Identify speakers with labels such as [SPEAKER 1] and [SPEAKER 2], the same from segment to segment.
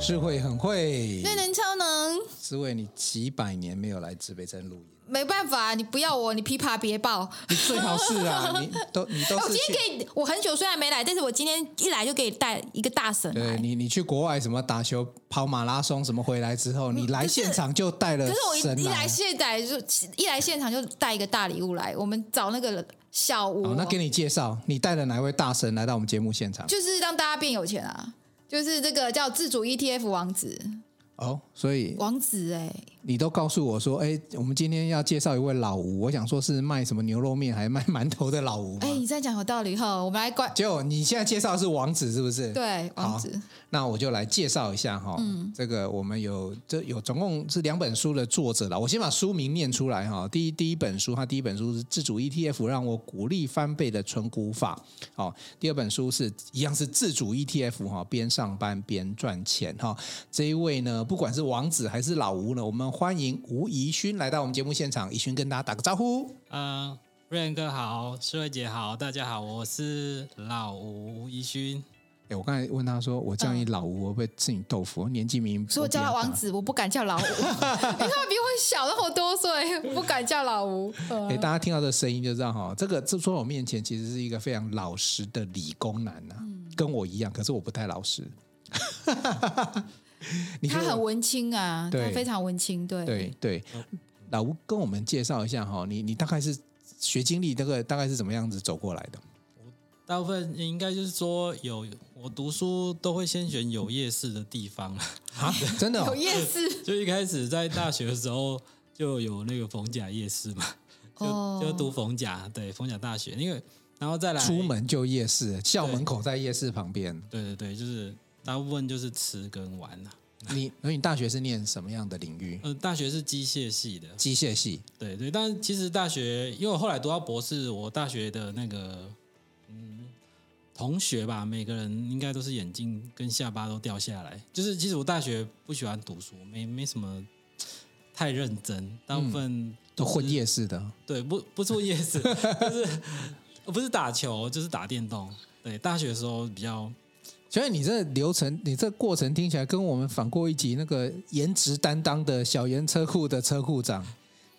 [SPEAKER 1] 智慧很会，
[SPEAKER 2] 内能超能，
[SPEAKER 1] 思伟，你几百年没有来指北针录 音，
[SPEAKER 2] 没办法，你不要我，你琵琶别抱。
[SPEAKER 1] 你最好是啊，你都你都
[SPEAKER 2] 哎我
[SPEAKER 1] 是
[SPEAKER 2] 今
[SPEAKER 1] 去，
[SPEAKER 2] 天给你，我很久虽然没来，但是我今天一来就给你带一个大神
[SPEAKER 1] 对
[SPEAKER 2] 来。
[SPEAKER 1] 你你去国外什么打球、跑马拉松什么回来之后，你来现场就带了
[SPEAKER 2] 嗯可是我
[SPEAKER 1] 神
[SPEAKER 2] 一一来
[SPEAKER 1] 来，
[SPEAKER 2] 现在就一来现场就带一个大礼物来，我们找那个小吴、
[SPEAKER 1] 好，哦那给你介绍，你带了哪位大神来到我们节目现场？
[SPEAKER 2] 就是让大家变有钱啊，就是这个叫自主 ETF 王子，
[SPEAKER 1] 哦，所以
[SPEAKER 2] 王子哎、
[SPEAKER 1] 你都告诉我说，哎，我们今天要介绍一位老吴，我想说是卖什么牛肉面还是卖馒头的老吴吗
[SPEAKER 2] 哎、？你这样讲有道理哈，我们来关
[SPEAKER 1] 结果你现在介绍的是王子是不是？
[SPEAKER 2] 对
[SPEAKER 1] 好
[SPEAKER 2] 王子，
[SPEAKER 1] 那我就来介绍一下哈、
[SPEAKER 2] 嗯
[SPEAKER 1] 这个我们有这有总共是两本书的作者啦，我先把书名念出来哈、第一第一本书，它第一本书是《自主 ETF 让我鼓励翻倍的存股法》，哦，第二本书是一样是自主 ETF 哈、边上班边赚钱哈、这一位呢，不管是王子还是老吴呢，我们欢迎吴怡勋来到我们节目现场，怡勋跟大家打个招呼。
[SPEAKER 3] 嗯，瑞恩哥好，诗慧姐好，大家好，我是老吴吴怡勋。
[SPEAKER 1] 哎，我刚才问他说，我叫你老吴，我会不会吃你豆腐？我年纪明明
[SPEAKER 2] 所以我叫他
[SPEAKER 1] 比较大
[SPEAKER 2] 王子，我不敢叫老 吴，因为他比我小那么多岁，不敢叫老吴。
[SPEAKER 1] 哎、
[SPEAKER 2] 呃
[SPEAKER 1] 大家听到这个声音就知道哈，这个这坐我面前其实是一个非常老实的理工男呐、
[SPEAKER 2] 嗯
[SPEAKER 1] 跟我一样，可是我不太老实。 你
[SPEAKER 2] 他
[SPEAKER 1] 觉得
[SPEAKER 2] 很
[SPEAKER 1] 我
[SPEAKER 2] 文青啊，他
[SPEAKER 1] 对
[SPEAKER 2] 非常文青，对，
[SPEAKER 1] 对对，老吴跟我们介绍一下哈，你你大概是学经历这个大概是怎么样子走过来的？
[SPEAKER 3] 大部分应该就是说有我读书都会先选有夜市的地方，
[SPEAKER 1] 啊， 真的、
[SPEAKER 2] 有
[SPEAKER 1] 哦，
[SPEAKER 2] 夜市
[SPEAKER 3] 就一开始在大学的时候就有那个逢甲 夜市嘛，就、
[SPEAKER 2] 哦
[SPEAKER 3] 就读逢甲，对逢甲大学，因为然后再来
[SPEAKER 1] 出，门就夜市，校门口在夜市旁边。
[SPEAKER 3] 对对对，就是大部分就是吃跟玩啦、
[SPEAKER 1] 你，那你大学是念什么样的领域？
[SPEAKER 3] 呃，大学是机械系的，
[SPEAKER 1] 机械系。
[SPEAKER 3] 对对，但其实大学，因为我后来读到博士，我大学的那个嗯同学吧，每个人应该都是眼睛跟下巴都掉下来。就是其实我大学不喜欢读书，没没什么太认真，大部分、
[SPEAKER 1] 都混夜市的，
[SPEAKER 3] 对不不做夜市， 就是不是打球就是打电动。对，大学的时候比较
[SPEAKER 1] 所以你这流程，你这过程听起来跟我们反过一集那个颜值担当的小圆车库的车库长，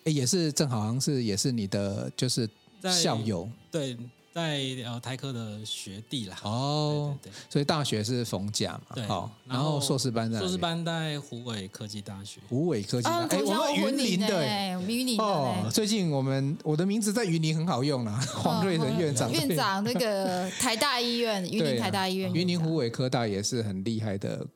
[SPEAKER 1] 诶也是正好好像是也是你的就是
[SPEAKER 3] 在
[SPEAKER 1] 校友
[SPEAKER 3] 对，在呃台科的学弟啦。
[SPEAKER 1] 哦，
[SPEAKER 3] 对对对
[SPEAKER 1] 所以大学是冯甲嘛，
[SPEAKER 3] 对
[SPEAKER 1] 好、然
[SPEAKER 3] 然
[SPEAKER 1] 后
[SPEAKER 3] 后
[SPEAKER 1] 硕士班在哪里
[SPEAKER 3] 硕士班在湖北科技大学。
[SPEAKER 1] 湖北科技
[SPEAKER 2] 啊，
[SPEAKER 1] 大，诶哎我们云林的、诶
[SPEAKER 2] 哎，我们云林的
[SPEAKER 1] 哦，
[SPEAKER 2] 哎。
[SPEAKER 1] 最近我们我的名字在云林很好用啦，啊黄瑞仁院长，
[SPEAKER 2] 哦院长，那个台大医院，云
[SPEAKER 1] 对
[SPEAKER 2] 林
[SPEAKER 1] 啊
[SPEAKER 2] 台大医院，
[SPEAKER 1] 云林湖，北科大也是很厉害的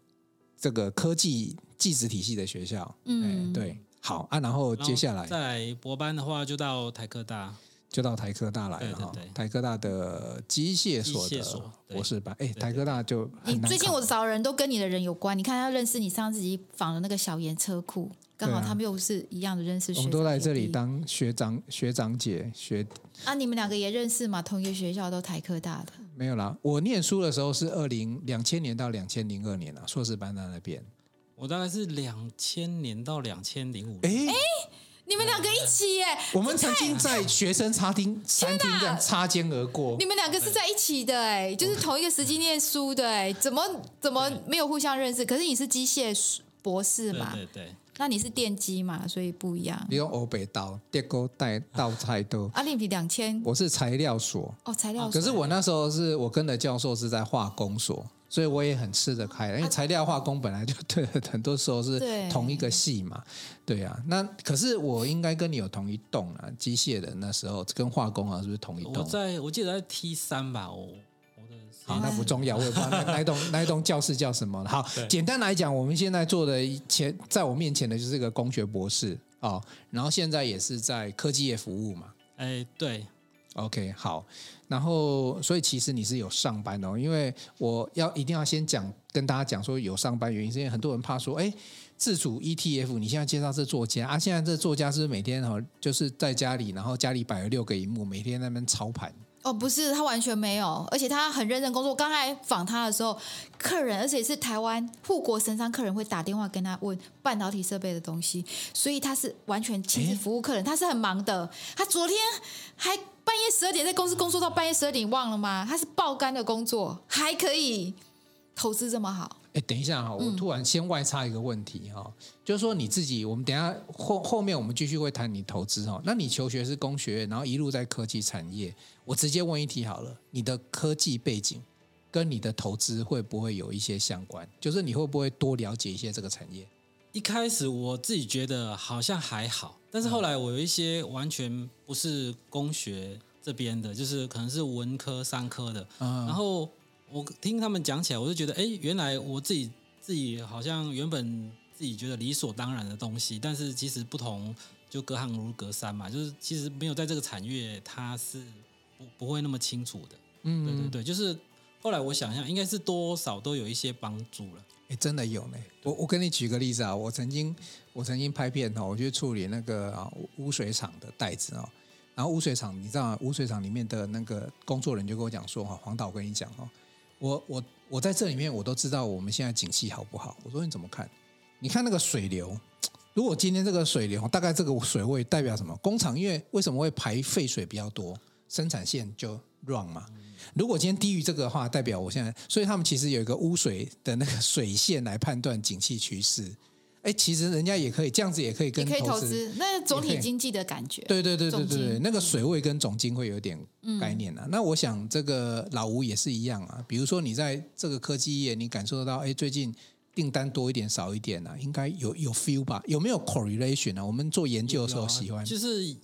[SPEAKER 1] 这个科技技职体系的学校，嗯，
[SPEAKER 2] 嗯
[SPEAKER 1] 对，好啊，然后
[SPEAKER 3] 然后
[SPEAKER 1] 接下来
[SPEAKER 3] 再来博班的话，就到台科大。
[SPEAKER 1] 就到台科大来了哈
[SPEAKER 3] 对对对，
[SPEAKER 1] 台科大的机械所
[SPEAKER 3] 机械
[SPEAKER 1] 的
[SPEAKER 3] 所对
[SPEAKER 1] 博士班，哎，
[SPEAKER 3] 对
[SPEAKER 1] 台科大就很
[SPEAKER 2] 你
[SPEAKER 1] 难考
[SPEAKER 2] 最近我找的人都跟你的人有关，你看他认识你上次集访的那个小严车库，刚好
[SPEAKER 1] 对啊
[SPEAKER 2] 他们又是一样的认识学
[SPEAKER 1] 我
[SPEAKER 2] 长
[SPEAKER 1] 们都在这里
[SPEAKER 2] 学弟
[SPEAKER 1] 当学长、学长姐、学
[SPEAKER 2] 啊，你们两个也认识嘛？同一个学校都台科大的，
[SPEAKER 1] 没有啦。我念书的时候是二零两千年到两千零二年啊啦，硕士班在那边。
[SPEAKER 3] 我大概是两千年到两千零五，
[SPEAKER 1] 哎，
[SPEAKER 2] 你们两个一起耶，
[SPEAKER 1] 我们曾经在学生餐厅餐厅这样擦肩而过
[SPEAKER 2] 你。们两个是在一起的
[SPEAKER 1] 哦
[SPEAKER 2] 哎，就是同一个时期念书的哎，怎么怎么没有互相认识？可是你是机械博士
[SPEAKER 3] 对
[SPEAKER 2] 嘛，
[SPEAKER 3] 对对，
[SPEAKER 2] 那你是电机嘛，所以不一样。
[SPEAKER 1] 你用欧北刀、电锅带倒菜刀，
[SPEAKER 2] 啊，你比两千
[SPEAKER 1] 我是材料所，
[SPEAKER 2] 哦，材料所。
[SPEAKER 1] 啊可是我那时候是我跟的教授是在化工所，所以我也很吃得开，因为材料化工本来就对很多时候是
[SPEAKER 2] 啊对
[SPEAKER 1] 同一个系嘛，对啊。那可是我应该跟你有同一栋啊，机械的那时候跟化工啊是不是同一
[SPEAKER 3] 我
[SPEAKER 1] 栋？
[SPEAKER 3] 在我记得在 T 三吧，我我的
[SPEAKER 1] 好，那不重要，我也不知道那那一栋那一栋教室叫什么了。好，
[SPEAKER 3] 对
[SPEAKER 1] 简单来讲，我们现在做的前在我面前的就是一个工学博士哦，然后现在也是在科技业服务嘛。
[SPEAKER 3] 哎对
[SPEAKER 1] OK，好，然后所以其实你是有上班的哦，因为我要一定要先讲跟大家讲说有上班原因，是因为很多人怕说，哎，自主 ETF，你现在介绍这作家啊，现在这作家是不是每天哦就是在家里，然后家里摆了六个荧幕，每天在那边操盘，
[SPEAKER 2] 哦，不是，他完全没有，而且他很认真工作。我刚才访他的时候，客人，而且是台湾护国神山客人会打电话跟他问半导体设备的东西，所以他是完全亲自服务客人，他是很忙的。他昨天还半夜十二点在公司工作到半夜十二点，忘了吗？他是爆肝的工作，还可以投资这么好，
[SPEAKER 1] 哎，等一下哈，我突然先外插一个问题哈，就是说你自己，我们等一下后后面我们继续会谈你投资哈。那你求学是工学院，然后一路在科技产业，我直接问一题好了，你的科技背景跟你的投资会不会有一些相关？就是你会不会多了解一些这个产业？
[SPEAKER 3] 一开始我自己觉得好像还好，但是后来我有一些完全不是工学这边的，就是可能是文科、商科的，
[SPEAKER 1] 嗯
[SPEAKER 3] 然后我听他们讲起来，我就觉得，哎，原来我自己自己好像原本自己觉得理所当然的东西，但是其实不同，就隔行如隔山嘛，就是其实没有在这个产业，它是不不会那么清楚的。
[SPEAKER 1] 嗯，
[SPEAKER 3] 对对对，就是后来我想一下，应该是多少都有一些帮助了。
[SPEAKER 1] 哎，真的有呢。我我跟你举个例子啊，我曾经我曾经拍片哦，我去处理那个啊污水厂的袋子哦，然后污水厂你知道吗污水厂里面的那个工作人员就跟我讲说哈，黄导我跟你讲哦，我我我在这里面我都知道我们现在景气好不好？我说你怎么看？你看那个水流，如果今天这个水流大概这个水位代表什么？工厂因为为什么会排废水比较多，生产线就 run 嘛。如果今天低于这个的话，代表我现在，所以他们其实有一个污水的那个水线来判断景气趋势。哎，其实人家也可以这样子，也可以
[SPEAKER 2] 也
[SPEAKER 1] 跟
[SPEAKER 2] 可以投
[SPEAKER 1] 资
[SPEAKER 2] 资，那总
[SPEAKER 1] 也
[SPEAKER 2] 体
[SPEAKER 1] 可以
[SPEAKER 2] 经济的嗯感觉。
[SPEAKER 1] 对对对对
[SPEAKER 2] 总
[SPEAKER 1] 对
[SPEAKER 2] 经
[SPEAKER 1] 对，那个水位跟总金会有点概念
[SPEAKER 2] 嗯
[SPEAKER 1] 啊。那我想这个老吴也是一样啊。比如说你在这个科技业，你感受得到，哎，最近订单多一点少一点啊，应该有有 feel 吧？有没有 correlation 啊？我们做研究的时
[SPEAKER 3] 有
[SPEAKER 1] 候
[SPEAKER 3] 啊
[SPEAKER 1] 喜欢，
[SPEAKER 3] 就是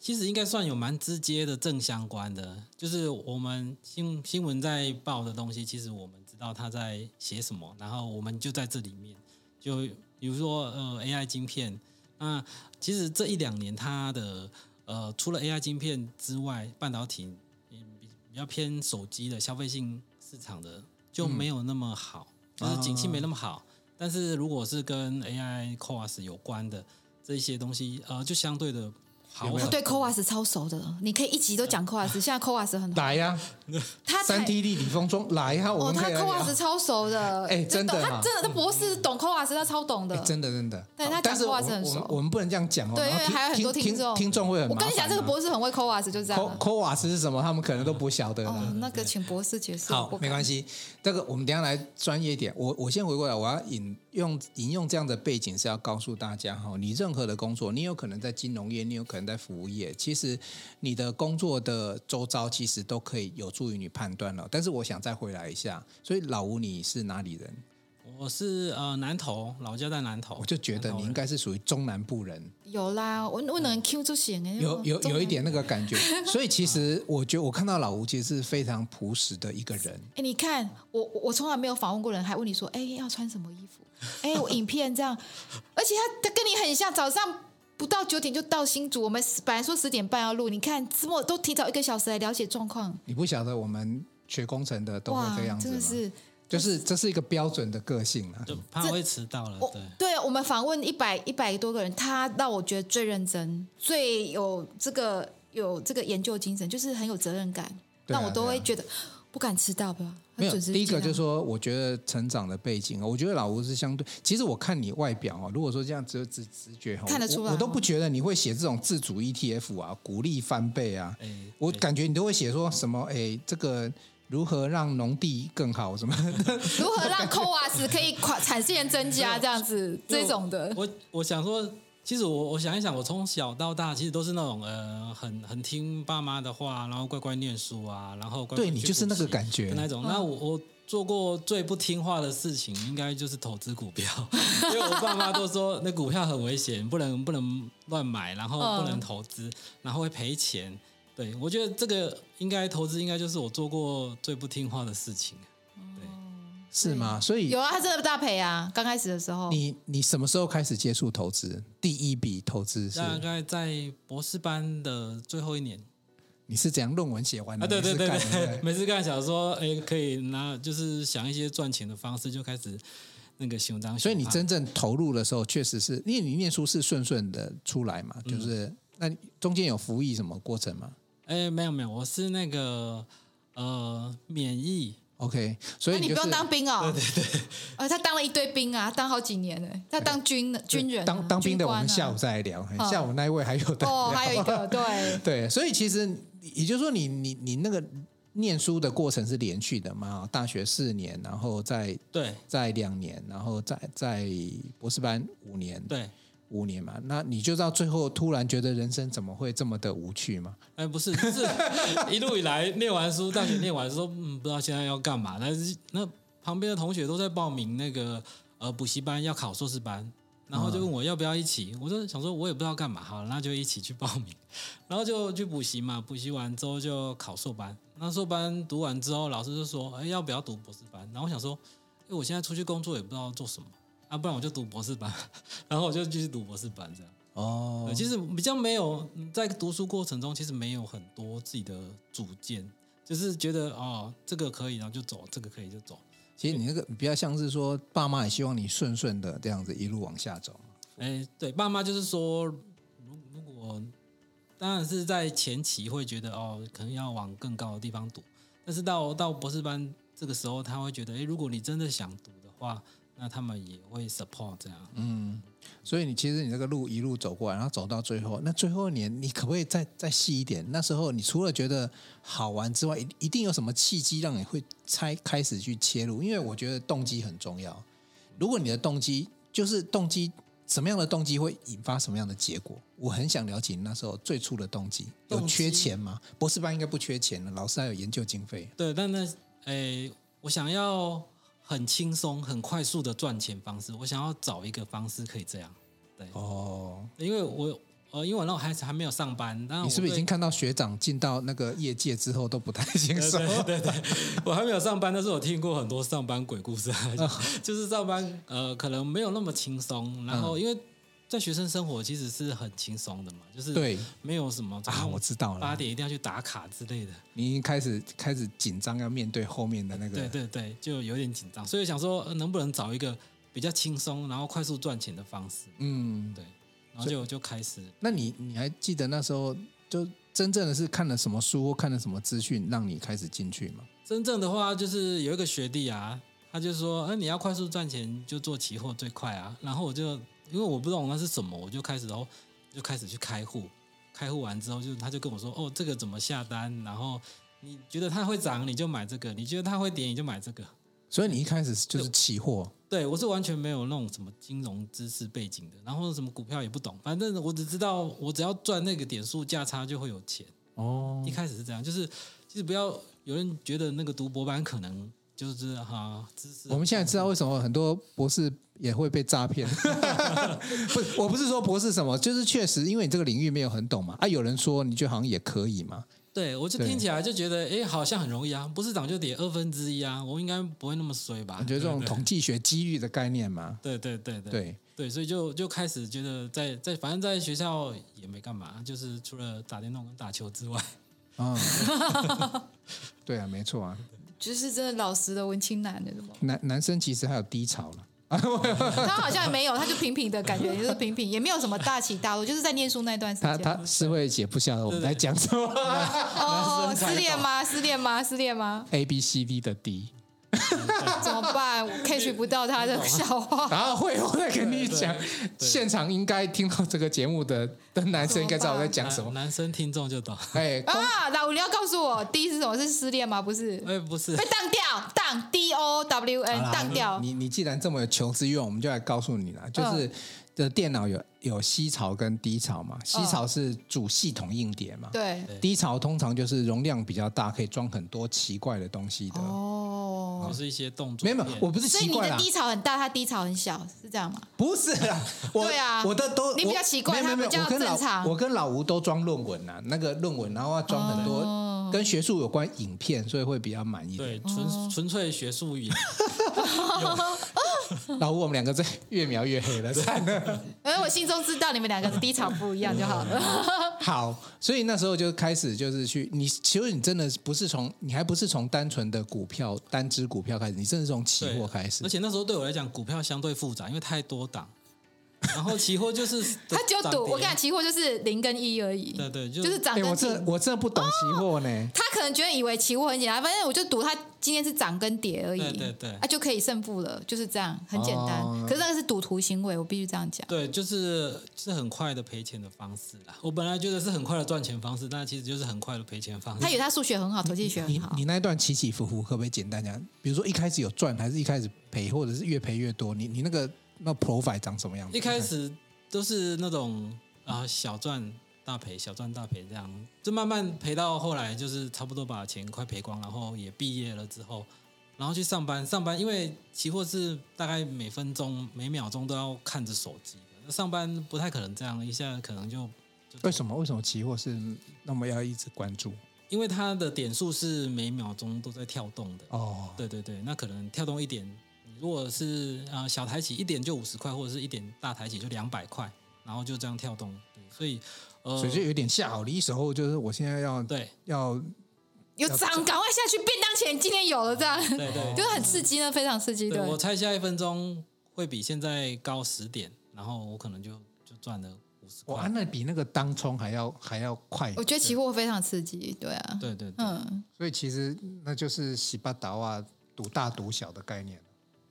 [SPEAKER 3] 其实应该算有蛮直接的正相关的，就是我们新新闻在报的东西，其实我们知道他在写什么，然后我们就在这里面，就比如说呃 AI 晶片，那其实这一两年它的呃除了 AI 晶片之外，半导体嗯比比较偏手机的消费性市场的就没有那么好，就是景气没那么好。
[SPEAKER 1] 嗯
[SPEAKER 3] 但是如果是跟 AI COAS 有关的这一些东西，呃，就相对的好
[SPEAKER 1] 有没
[SPEAKER 3] 很
[SPEAKER 1] 有
[SPEAKER 2] 他
[SPEAKER 3] 多
[SPEAKER 2] 对 COAS 超熟的，你可以一集都讲 COAS。现在 COAS 很好，
[SPEAKER 1] 来呀、
[SPEAKER 2] 啊他才
[SPEAKER 1] 三 T 立体封装来呀、我
[SPEAKER 2] 哦，
[SPEAKER 1] 们
[SPEAKER 2] 他
[SPEAKER 1] 可以来
[SPEAKER 2] COAS
[SPEAKER 1] 聊。
[SPEAKER 2] 超熟的，
[SPEAKER 1] 哎真的
[SPEAKER 2] 懂
[SPEAKER 1] 哈
[SPEAKER 2] 他真的，他博士懂 COAS，他超懂
[SPEAKER 1] 哎
[SPEAKER 2] 的。
[SPEAKER 1] 真的真的，
[SPEAKER 2] 对他
[SPEAKER 1] 好
[SPEAKER 2] 讲
[SPEAKER 1] 但是我
[SPEAKER 2] 话是
[SPEAKER 1] 们我
[SPEAKER 2] 很
[SPEAKER 1] 们
[SPEAKER 2] 熟
[SPEAKER 1] 我们不能这样讲哦。
[SPEAKER 2] 对
[SPEAKER 1] 然后
[SPEAKER 2] 因为还有很多
[SPEAKER 1] 听
[SPEAKER 2] 听众
[SPEAKER 1] 听众会很麻
[SPEAKER 2] 我
[SPEAKER 1] 烦啊。
[SPEAKER 2] 跟你讲，这个博士很会 COAS，就这样
[SPEAKER 1] Co
[SPEAKER 2] 了。
[SPEAKER 1] Co 瓦斯是什么，他们可能都不晓得啦。
[SPEAKER 2] 哦，那个请博士解释。我
[SPEAKER 1] 好
[SPEAKER 2] 不，
[SPEAKER 1] 没关系，这个我们等一下来专业一点。我我先回过来，我要引用引用这样的背景是要告诉大家哈，你任何的工作，你有可能在金融业，你有可能在服务业，其实你的工作的周遭其实都可以有助于你判断了。但是我想再回来一下，所以老吴你是哪里人？
[SPEAKER 3] 我是呃南投，老家在南投，
[SPEAKER 1] 我就觉得你应该是属于中南部人，
[SPEAKER 2] 有啦，我我能 Q 出行哎，
[SPEAKER 1] 有有
[SPEAKER 2] 中文
[SPEAKER 1] 有一。点那个感 觉。所以其实我觉得我看到老吴其实是非常朴实的一个人。
[SPEAKER 2] 哎，你看我我我从来没有访问过人，还问你说，哎，要穿什么衣服？哎，我影片这样，而且他他跟你很像，早上。不到九点就到新竹，我们本来说十点半要录，你看这么都提早一个小时来了解状况，
[SPEAKER 1] 你不晓得我们学工程的都
[SPEAKER 2] 哇
[SPEAKER 1] 会这样，子
[SPEAKER 2] 真
[SPEAKER 1] 吗
[SPEAKER 2] 的？是
[SPEAKER 1] 就是这是一个标准的个性啊。
[SPEAKER 3] 就怕会迟到了，
[SPEAKER 2] 我
[SPEAKER 3] 对。
[SPEAKER 2] 对我们访问一百一百多个人，他让我觉得最认真、最有这个有这个研究精神，就是很有责任感，
[SPEAKER 1] 对啊
[SPEAKER 2] 让我都会
[SPEAKER 1] 对啊
[SPEAKER 2] 觉得不敢迟到吧。
[SPEAKER 1] 没有，
[SPEAKER 2] 很准时
[SPEAKER 1] 第一
[SPEAKER 2] 进
[SPEAKER 1] 个
[SPEAKER 2] 啊来
[SPEAKER 1] 就是说，我觉得成长的背景，我觉得老吴是相对。其实我看你外表哦，如果说这样只有直直觉哦，
[SPEAKER 2] 看得出来
[SPEAKER 1] 我，我都不觉得你会写这种自主 ETF 啊，鼓励翻倍啊。
[SPEAKER 3] 哎，
[SPEAKER 1] 我
[SPEAKER 3] 对
[SPEAKER 1] 感觉你都会写说什么，哎，这个如何让农地更好 什么？
[SPEAKER 2] 如何让 COAS 可以跨 产线增加这样子这种的，
[SPEAKER 3] 我我想说，其实我我想一想，我从小到大其实都是那种呃，很很听爸妈的话，然后乖乖念书啊，然后乖乖
[SPEAKER 1] 对你
[SPEAKER 3] 去
[SPEAKER 1] 就是
[SPEAKER 3] 补
[SPEAKER 1] 那个
[SPEAKER 3] 习
[SPEAKER 1] 感觉
[SPEAKER 3] 的那种。那我我做过最不听话的事情，应该就是投资股票，因为我爸妈都说那股票很危险，不能不能乱买，然后
[SPEAKER 2] 嗯
[SPEAKER 3] 不能投资，然后会赔钱。对我觉得这个应该投资应该就是我做过最不听话的事情。
[SPEAKER 1] 是吗？所以
[SPEAKER 2] 有啊，他真的大赔啊，刚开始的时候。
[SPEAKER 1] 你你什么时候开始接触投资？第一笔投资是
[SPEAKER 3] 大概在博士班的最后一年。
[SPEAKER 1] 你是怎样论文写完的？
[SPEAKER 3] 啊，对
[SPEAKER 1] 你
[SPEAKER 3] 对
[SPEAKER 1] 是
[SPEAKER 3] 对
[SPEAKER 1] 干的对不
[SPEAKER 3] 对，每次看想说，哎，可以拿，就是想一些赚钱的方式，就开始那个行当。
[SPEAKER 1] 所以你
[SPEAKER 2] 啊
[SPEAKER 1] 真正投入的时候，确实是因为你念书是顺顺的出来嘛，
[SPEAKER 2] 嗯
[SPEAKER 1] 就是那你中间有服役什么过程吗
[SPEAKER 3] 哎，没有没有，我是那个呃免疫，
[SPEAKER 1] ？OK，所
[SPEAKER 2] 那
[SPEAKER 1] 以
[SPEAKER 2] 你
[SPEAKER 1] 就
[SPEAKER 2] 不
[SPEAKER 1] 是
[SPEAKER 2] 用当兵 哦，对对呃，他当了一堆兵啊，当好几年呢，他当军军人啊，
[SPEAKER 1] 当当兵的，
[SPEAKER 2] 军
[SPEAKER 1] 我
[SPEAKER 2] 官啊
[SPEAKER 1] 们下午再来聊。嘿
[SPEAKER 2] 哦
[SPEAKER 1] 下午那一位还有的
[SPEAKER 2] 哦，还有一个对，
[SPEAKER 1] 对，所以其实也就是说你，你你那个念书的过程是连续的嘛，哦大学四年，然后再
[SPEAKER 3] 对
[SPEAKER 1] 再两年，然后再再博士班五年，
[SPEAKER 3] 对，
[SPEAKER 1] 五年嘛，那你就到最后突然觉得人生怎么会这么的无趣嘛？
[SPEAKER 3] 哎，不是，就是一路以来念完书，大学念完书，嗯，不知道现在要干嘛。但是那旁边的同学都在报名那个呃补习班，要考硕士班，然后就问我要不要一起。我就想说，我也不知道干嘛，好，那就一起去报名。 然后就去补习嘛，补习完之后就考硕班。那硕班读完之后，老师就说，哎，要不要读博士班？然后我想说，哎，我现在出去工作也不知道做什么。啊，不然我就读博士班， 然后我就继续读博士班这样。
[SPEAKER 1] 哦
[SPEAKER 3] 对，其实比较没有嗯在读书过程中，其实没有很多自己的主见，就是觉得哦，这个可以，然后就走，这个可以就走。
[SPEAKER 1] 其实你那个比较像是说，爸妈也希望你顺顺的这样子一路往下走。
[SPEAKER 3] 哎，对，爸妈就是说，如如果当然是在前期会觉得哦，可能要往更高的地方读，但是到到博士班这个时候，他会觉得，哎，如果你真的想读的话，那他们也会 support 这样。
[SPEAKER 1] 所以你其实你这个路一路走过来，然后走到最后，那最后你你可不可以再再细一点？那时候你除了觉得好玩之外，一一定有什么契机让你会才开始去切入？因为我觉得动机很重要。如果你的动机就是动机，什么样的动机会引发什么样的结果？我很想了解你那时候最初的动机。有
[SPEAKER 3] 动机
[SPEAKER 1] 缺钱吗？博士班应该不缺钱了，老师还有研究经费。
[SPEAKER 3] 对，但那诶，我想要很轻松、很快速的赚钱方式，我想要找一个方式可以这样，
[SPEAKER 1] 哦，
[SPEAKER 3] 因为我呃，因为我那时候还还没有上班，但
[SPEAKER 1] 你是不是已
[SPEAKER 3] 啊我对
[SPEAKER 1] 经看到学长进到那个业界之后都不太轻松？
[SPEAKER 3] 对对对，我还没有上班，但是我听过很多上班鬼故事，啊 就是上班呃可能没有那么轻松，然
[SPEAKER 1] 嗯
[SPEAKER 3] 后因为在学生生活其实是很轻松的嘛，就是
[SPEAKER 1] 对
[SPEAKER 3] 没有什么
[SPEAKER 1] 啊，我知道了
[SPEAKER 3] 八。点一定要去打卡之类的，
[SPEAKER 1] 你已经开始开始紧张，要面对后面的那个。
[SPEAKER 3] 对对对，就有点紧张，所以想说、呃能不能找一个比较轻松，然后快速赚钱的方式，
[SPEAKER 1] 嗯，
[SPEAKER 3] 对，然后就就开始
[SPEAKER 1] 那你你还记得那时候就真正的是看了什么书或看了什么资讯，让你开始进去吗？
[SPEAKER 3] 真正的话，就是有一个学弟啊，他就说，哎、你要快速赚钱就做期货最快啊。然后我就因为我不懂那是什么，我就开始然后就开始去开户，开户完之后就他就跟我说，哦，这个怎么下单？然后你觉得它会涨你就买这个，你觉得它会跌你就买这个。
[SPEAKER 1] 所以你一开始就是期货，
[SPEAKER 3] 对我是完全没有那种什么金融知识背景的，然后什么股票也不懂，反正我只知道我只要赚那个点数价差就会有钱。
[SPEAKER 1] 哦
[SPEAKER 3] 一开始是这样，就是其实不要有人觉得那个读博班可能就是哈、知识
[SPEAKER 1] 我们现在知道为什么很多博士也会被诈 骗。不是，我不是说博士什么，就是确实因为你这个领域没有很懂嘛。啊，有人说你就好像也可以嘛。
[SPEAKER 3] 对我就
[SPEAKER 1] 对
[SPEAKER 3] 听起来就觉得哎好像很容易啊，不是涨就跌二分之一啊，我应该不会那么衰吧？
[SPEAKER 1] 我觉得这种
[SPEAKER 3] 对
[SPEAKER 1] 统计学机遇的概念嘛，
[SPEAKER 3] 对对对对
[SPEAKER 1] 对。
[SPEAKER 3] 对，所以就就开始觉得在在反正在学校也没干嘛，就是除了打电动跟打球之外，
[SPEAKER 1] 啊，对啊，没错啊，
[SPEAKER 2] 就是真的老实的文青男那种。
[SPEAKER 1] 男男生其实还有低潮了。
[SPEAKER 2] 他好像也没有，他就平平的感觉，就是平平，也没有什么大起大落，就是在念书那段时
[SPEAKER 1] 他
[SPEAKER 2] 间。
[SPEAKER 1] 他是会解不下的，我们在讲什么
[SPEAKER 2] 哦，失恋吗？失恋吗？失 恋吗？
[SPEAKER 1] A B C D 的 D，
[SPEAKER 2] 怎么办？我 catch 不到他的 笑话。
[SPEAKER 1] 然后会我再跟你讲，现场应该听到这个节目的的男生应该知道我在 讲什么。
[SPEAKER 3] 男男生听众就懂。
[SPEAKER 1] 哎，光
[SPEAKER 2] 啊，老吴，你要告诉我，D 是什么？是失恋吗？不是，
[SPEAKER 3] 哎，不是
[SPEAKER 2] 被，当掉，当 D O W
[SPEAKER 1] 好
[SPEAKER 2] N，
[SPEAKER 1] 啦
[SPEAKER 2] 当掉。嗯
[SPEAKER 1] 你你既然这么有求知欲望，我们就来告诉你啦，就是的电脑有有吸潮跟低潮
[SPEAKER 2] 嗯
[SPEAKER 1] 嘛，吸潮是主系统硬碟嘛，
[SPEAKER 2] 对，
[SPEAKER 1] 低潮通常就是容量比较大，可以装很多奇怪的东西的。
[SPEAKER 2] 哦，
[SPEAKER 3] 就是一些动作
[SPEAKER 1] 没有
[SPEAKER 3] 片。
[SPEAKER 1] 没有，我不是
[SPEAKER 2] 所以
[SPEAKER 1] 奇
[SPEAKER 2] 你
[SPEAKER 1] 怪
[SPEAKER 2] 的
[SPEAKER 1] 啦，
[SPEAKER 2] 低潮很大，他低潮很小，是这样吗？
[SPEAKER 1] 不是啦，我
[SPEAKER 2] 对啊
[SPEAKER 1] 我的都
[SPEAKER 2] 你比较
[SPEAKER 1] 我
[SPEAKER 2] 奇怪
[SPEAKER 1] 没有没
[SPEAKER 2] 他
[SPEAKER 1] 有没有我
[SPEAKER 2] 比较
[SPEAKER 1] 跟老
[SPEAKER 2] 正常
[SPEAKER 1] 我跟老吴都装论文啊，那个论文然后要装很多、
[SPEAKER 2] 哦
[SPEAKER 1] 跟学术有关影片，所以会比较满意。
[SPEAKER 3] 对，纯纯粹学术语言。
[SPEAKER 1] 老吴我们两个在越描越黑了，惨了。
[SPEAKER 2] 而我心中知道你们两个的低潮不一样就好 了。
[SPEAKER 1] 好，所以那时候就开始就是去你，其实你真的不是从你还不是从单纯的股票单只股票开始，你真的是从期
[SPEAKER 3] 对
[SPEAKER 1] 货开始
[SPEAKER 3] 而。且那时候对我来讲，股票相对复杂，因为太多档，然后期 货就是
[SPEAKER 2] 他只有
[SPEAKER 3] 涨
[SPEAKER 2] 赌，
[SPEAKER 3] 跌
[SPEAKER 2] 我跟你讲，期货就是零跟一而已，
[SPEAKER 3] 对对，就
[SPEAKER 2] 就是涨
[SPEAKER 1] 哎，我
[SPEAKER 2] 跟
[SPEAKER 1] 这
[SPEAKER 2] 跌。
[SPEAKER 1] 我这不懂期货呢。
[SPEAKER 2] 他可能觉得以为期货很简单，反正我就赌他今天是涨跟跌而已，
[SPEAKER 3] 对对对
[SPEAKER 2] 啊就可以胜负了，就是这样，很简单。
[SPEAKER 1] 哦
[SPEAKER 2] 可是那个是赌徒行为，我必须这样讲。
[SPEAKER 3] 对，就是是很快的赔钱的方式啦。我本来觉得是很快的赚钱方式，但其实就是很快的赔钱方式。
[SPEAKER 2] 他以为他数学很好，统计学很
[SPEAKER 1] 你
[SPEAKER 2] 好
[SPEAKER 1] 你，那一段起起伏伏，可不可以简单讲？比如说一开始有赚，还是一开始赔，或者是越赔越多？你你那个那 profile 长什么样子？
[SPEAKER 3] 一开始都是那种啊小赚大赔，小赚大赔这样，就慢慢赔到后来就是差不多把钱快赔光，然后也毕业了之后，然后去上班，上班因为期货是大概每分钟每秒钟都要看着手机的，那上班不太可能这样，一下可能就
[SPEAKER 1] 为什么为什么期货是那么要一直关注？
[SPEAKER 3] 因为它的点数是每秒钟都在跳动的，
[SPEAKER 1] 哦，
[SPEAKER 3] 对对对，那可能跳动一点，如果是呃小台起一点就五十块，或者是一点大台起就两百块，然后就这样跳动，对所以呃，
[SPEAKER 1] 哦所以就有点下好离手，就是我现在要
[SPEAKER 3] 对
[SPEAKER 1] 要
[SPEAKER 2] 有涨，赶快下去，便当钱今天有了，这样
[SPEAKER 3] 对对
[SPEAKER 2] 哦就是很刺激呢，非常刺激。
[SPEAKER 3] 对，
[SPEAKER 2] 对，
[SPEAKER 3] 我猜下一分钟会比现在高十点，然后我可能就就赚了五十
[SPEAKER 1] 我按
[SPEAKER 3] 块，
[SPEAKER 1] 那比那个当冲还要还要快
[SPEAKER 2] 我，觉得期货非常刺激，对啊，
[SPEAKER 3] 对对对，
[SPEAKER 2] 嗯，
[SPEAKER 1] 所以其实那就是洗八达啊，赌大赌小的概念。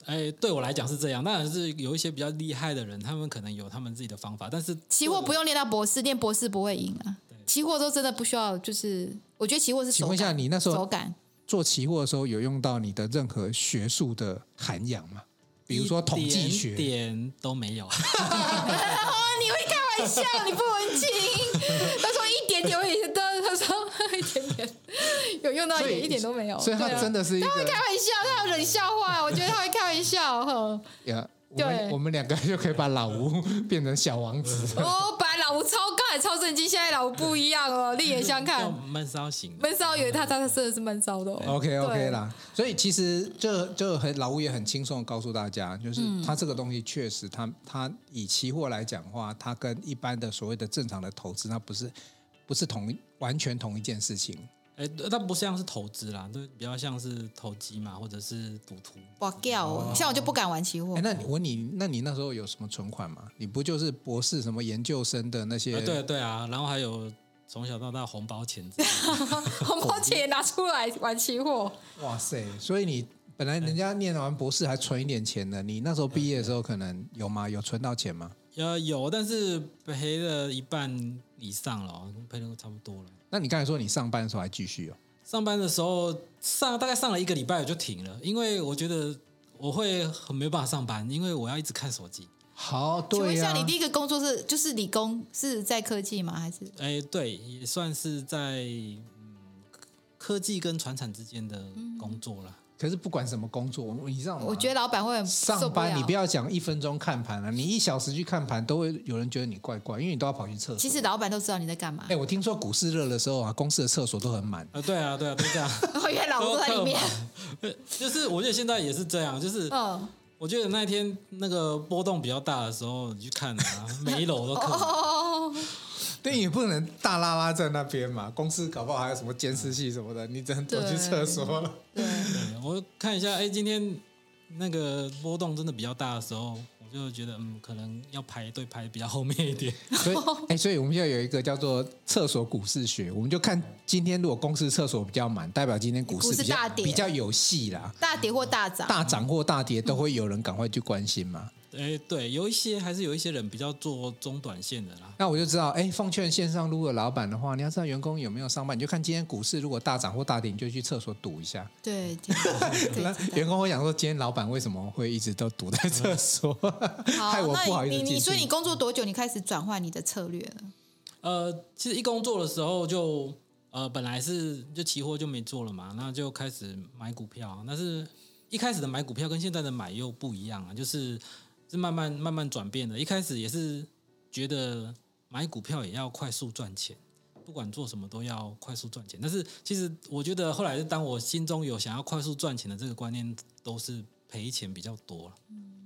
[SPEAKER 3] 哎，对我来讲是这样，当然是有一些比较厉害的人，他们可能有他们自己的方法，但是
[SPEAKER 2] 期货不用练到博士，练博士不会赢啊。期货都真的不需要，就是我觉得期货是手
[SPEAKER 1] 请
[SPEAKER 2] 感，
[SPEAKER 1] 问一下，你那时
[SPEAKER 2] 手
[SPEAKER 1] 候
[SPEAKER 2] 感
[SPEAKER 1] 做期货的时候，有用到你的任何学术的涵养吗？比如说统计
[SPEAKER 3] 一
[SPEAKER 1] 学，
[SPEAKER 3] 点都没有，
[SPEAKER 2] 哦你会开玩笑，你不文静。他说一点点，我也是的。他说一点点，有用到一
[SPEAKER 1] 所
[SPEAKER 2] 点，
[SPEAKER 1] 以
[SPEAKER 2] 一点都没有。
[SPEAKER 1] 所以它
[SPEAKER 2] 对啊
[SPEAKER 1] 真的是一
[SPEAKER 2] 他会
[SPEAKER 1] 个
[SPEAKER 2] 开玩笑，他有冷笑话，我觉得他会开玩笑。哼
[SPEAKER 1] 呀。我
[SPEAKER 2] 对
[SPEAKER 1] 们我们两个就可以把老吴变成小王 子，
[SPEAKER 2] 我哦本来老吴超刚才超震惊，现在老吴不一样哦，另眼相
[SPEAKER 3] 叫
[SPEAKER 2] 看。
[SPEAKER 3] 闷骚型的，
[SPEAKER 2] 闷骚以为他他真的是闷骚的、哦。
[SPEAKER 1] OK
[SPEAKER 2] 对
[SPEAKER 1] OK 啦，所以其实就就很老吴也很轻松地告诉大家，就是
[SPEAKER 2] 嗯
[SPEAKER 1] 他这个东西确实它，他他以期货来讲的话，它跟一般的所谓的正常的投资，它不是不是同完全同一件事情。
[SPEAKER 3] 哎，它不像是投资啦，都比较像是投机嘛，或者是赌徒。啊
[SPEAKER 2] 哇掉哦！像我就不敢玩期货
[SPEAKER 1] 哎，，那你我你那你那时候有什么存款吗？你不就是博士什么研究生的那些？
[SPEAKER 3] 啊，对对啊，然后还有从小到大红包钱之类的，
[SPEAKER 2] 红包钱也拿出来玩期货。
[SPEAKER 1] 哇塞！所以你本来人家念完博士还存一点钱的，你那时候毕业的时候可能有吗？有存到钱吗？
[SPEAKER 3] 呃，有，但是赔了一半以上了，哦赔了差不多了。
[SPEAKER 1] 那你刚才说你上班的时候还继续哦？
[SPEAKER 3] 上班的时候上大概上了一个礼拜我就停了，因为我觉得我会很没办法上班，因为我要一直看手机。
[SPEAKER 1] 好，
[SPEAKER 2] 请
[SPEAKER 1] 对
[SPEAKER 2] 问
[SPEAKER 1] 啊
[SPEAKER 2] 一
[SPEAKER 1] 呀、
[SPEAKER 2] 下，你第一个工作是就是理工是在科技吗？还是
[SPEAKER 3] 哎，对，也算是在嗯科技跟传产之间的工作啦。
[SPEAKER 1] 可是不管什么工作，我你知道吗？
[SPEAKER 2] 我觉得老板会很受
[SPEAKER 1] 上
[SPEAKER 2] 不了
[SPEAKER 1] 班你不要讲一分钟看盘了、啊你一小时去看盘都会有人觉得你怪怪，因为你都要跑去厕所。
[SPEAKER 2] 其实老板都知道你在干嘛
[SPEAKER 1] 哎、。我听说股市热的时候啊，公司的厕所都很满。
[SPEAKER 3] 啊，对啊，对啊，都这样。
[SPEAKER 2] 哦，原来老吴在里面。
[SPEAKER 3] 呃 就是我觉得现在也是这样，就是
[SPEAKER 2] 嗯，
[SPEAKER 3] 我觉得那一天那个波动比较大的时候，你去 看啊，每一楼都可能。
[SPEAKER 2] 哦，
[SPEAKER 1] 对，也不能大拉拉在那边嘛，公司搞不好还有什么监视器什么的，你只能走去厕所了。
[SPEAKER 2] 对，
[SPEAKER 3] 对我看一下，哎，今天那个波动真的比较大的时候，我就觉得嗯，可能要排队排比较后面一点。
[SPEAKER 1] 所以，哎、所以我们现在有一个叫做厕所股市学，我们就看今天如果公司厕所比较满，代表今天股市
[SPEAKER 2] 股市
[SPEAKER 1] 比较
[SPEAKER 2] 大跌
[SPEAKER 1] 比较有戏啦，
[SPEAKER 2] 大跌或大涨，
[SPEAKER 1] 大涨或大跌都会有人赶快去关心嘛。
[SPEAKER 3] 哎，对，有一些还是有一些人比较做中短线的啦。
[SPEAKER 1] 那我就知道，哎，奉劝线上如果老板的话，你要知道员工有没有上班，你就看今天股市如果大涨或大跌，你就去厕所赌一下。
[SPEAKER 2] 对，对对
[SPEAKER 1] 那员工会想说，今天老板为什么会一直都堵在厕 所， 害我不好意思
[SPEAKER 2] 那你你
[SPEAKER 1] 进
[SPEAKER 2] 你所以
[SPEAKER 1] 去
[SPEAKER 2] 你。工作多久？你开始转换你的策略了？
[SPEAKER 3] 呃，其实一工作的时候就呃本来是就期货就没做了嘛，那就开始买股票，但是一开始的买股票跟现在的买又不一样啊，就是是慢慢慢慢转变的。一开始也是觉得买股票也要快速赚钱。不管做什么都要快速赚钱，但是其实我觉得后来是当我心中有想要快速赚钱的这个观念，都是赔钱比较多了。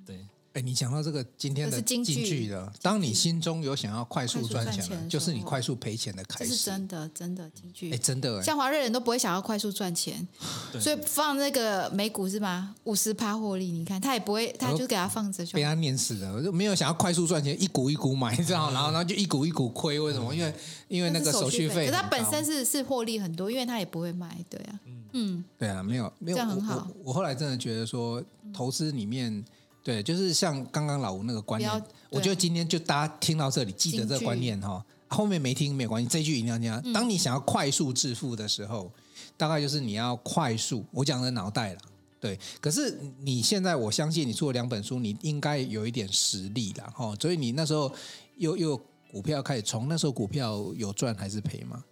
[SPEAKER 3] 对，
[SPEAKER 1] 哎，你讲到这个今天
[SPEAKER 2] 这
[SPEAKER 1] 的
[SPEAKER 2] 是金句
[SPEAKER 1] 句了，当你心中有想要快速
[SPEAKER 2] 快速
[SPEAKER 1] 赚
[SPEAKER 2] 赚
[SPEAKER 1] 钱
[SPEAKER 2] 钱
[SPEAKER 1] 了，
[SPEAKER 2] 的
[SPEAKER 1] 就
[SPEAKER 2] 时
[SPEAKER 1] 是你
[SPEAKER 2] 候
[SPEAKER 1] 快速赔钱的开
[SPEAKER 2] 这是
[SPEAKER 1] 始。
[SPEAKER 2] 真的，真的金句
[SPEAKER 1] 哎，。真的哎，
[SPEAKER 2] 像华瑞人都不会想要快速 赚钱，
[SPEAKER 3] 对
[SPEAKER 2] 所以放那个美股是吗？五十趴获利，你看他也不
[SPEAKER 1] 哎
[SPEAKER 2] 会，他就给他放着就
[SPEAKER 1] 被
[SPEAKER 2] 好。
[SPEAKER 1] 他念死的，我就没有想要快速赚钱，一股一股买，你知道，然后然后就一股一股亏，为什么？因为因为嗯那
[SPEAKER 2] 但是
[SPEAKER 1] 个手续费
[SPEAKER 2] 可
[SPEAKER 1] 很
[SPEAKER 2] 是
[SPEAKER 1] 高，
[SPEAKER 2] 他本身是是获利很多，因为他也不会卖，对啊，嗯，
[SPEAKER 1] 对啊，没有没有，
[SPEAKER 2] 这样
[SPEAKER 1] 我
[SPEAKER 2] 很好嗯
[SPEAKER 1] 我我后来真的觉得说，投资里面对，就是像刚刚老吴那个观
[SPEAKER 2] 不
[SPEAKER 1] 念
[SPEAKER 2] 要，
[SPEAKER 1] 我觉得今天就大家听到这里，记得这个观念哈、啊后面没听没有关系，这句一定要听啊。
[SPEAKER 2] 嗯
[SPEAKER 1] 当你想要快速致富的时候，大概就是你要快速，我讲的脑袋啦。对，可是你现在，我相信你出了两本书，你应该有一点实力啦，哈、所以你那时候又又股票开始从那时候股票有赚还是赔吗？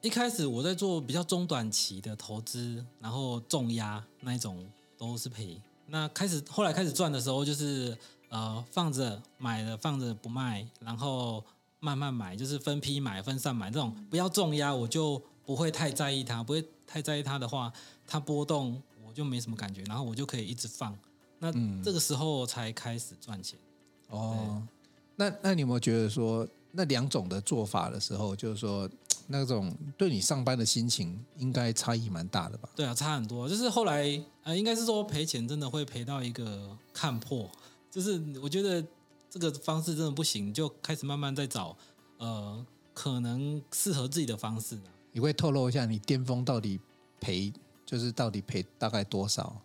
[SPEAKER 3] 一开始我在做比较中短期的投资，然后重压那一种都是赔。那开始后来开始赚的时候，就是呃放着买了放着不卖，然后慢慢买，就是分批买、分散买这种，不要重压，我就不会太在意它，不会太在意它的话，它波动我就没什么感觉，然后我就可以一直放。那这个时候才开始赚钱。
[SPEAKER 1] 哦，那那你有没有觉得说，那两种的做法的时候，就是说那种对你上班的心情应该差异蛮大的吧？
[SPEAKER 3] 对啊，差很多。就是后来呃，应该是说赔钱真的会赔到一个看破，就是我觉得这个方式真的不行，就开始慢慢在找呃可能适合自己的方式啊。
[SPEAKER 1] 你会透露一下你巅峰到底赔，就是到底赔大概多少？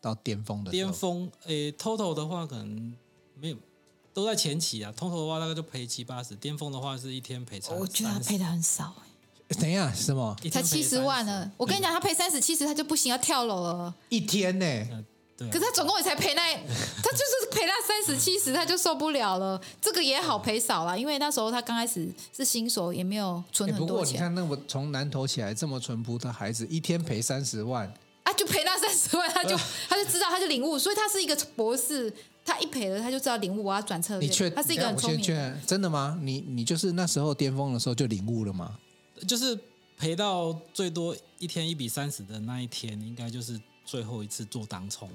[SPEAKER 1] 到巅峰的时候
[SPEAKER 3] 巅峰诶，total 的话可能没有。都在前期啊，total 的话大概就赔七八十，巅峰的话是一天赔差30，
[SPEAKER 2] 我觉得他哦赔的很少，
[SPEAKER 1] 等一下，什么
[SPEAKER 3] 一
[SPEAKER 2] 才
[SPEAKER 3] 天
[SPEAKER 2] 七
[SPEAKER 3] 赔
[SPEAKER 2] 十万
[SPEAKER 3] 30
[SPEAKER 2] 呢。我跟你讲，他赔三十，其实他就不行，要跳楼了。
[SPEAKER 1] 一天呢、
[SPEAKER 3] 对啊，
[SPEAKER 2] 可是他总共也才赔那， 他就是赔那三十七十，他就受不了了。这个也好赔少了，因为那时候他刚开始是新手，也没有存
[SPEAKER 1] 哎
[SPEAKER 2] 很
[SPEAKER 1] 不过
[SPEAKER 2] 多
[SPEAKER 1] 你
[SPEAKER 2] 钱、
[SPEAKER 1] 看，那么从南投起来这么淳朴的孩子，一天赔三十万，
[SPEAKER 2] 啊，就赔那三十万，他就 他就知道，他就领悟，所以他是一个博士，他一赔了他就知道领悟，我要转策
[SPEAKER 1] 你确
[SPEAKER 2] 略，他是一个很聪明
[SPEAKER 1] 确
[SPEAKER 2] 的人。
[SPEAKER 1] 真的吗？你你就是那时候巅峰的时候就领悟了吗？
[SPEAKER 3] 就是赔到最多一天一比三十的那一天，应该就是最后一次做当冲了。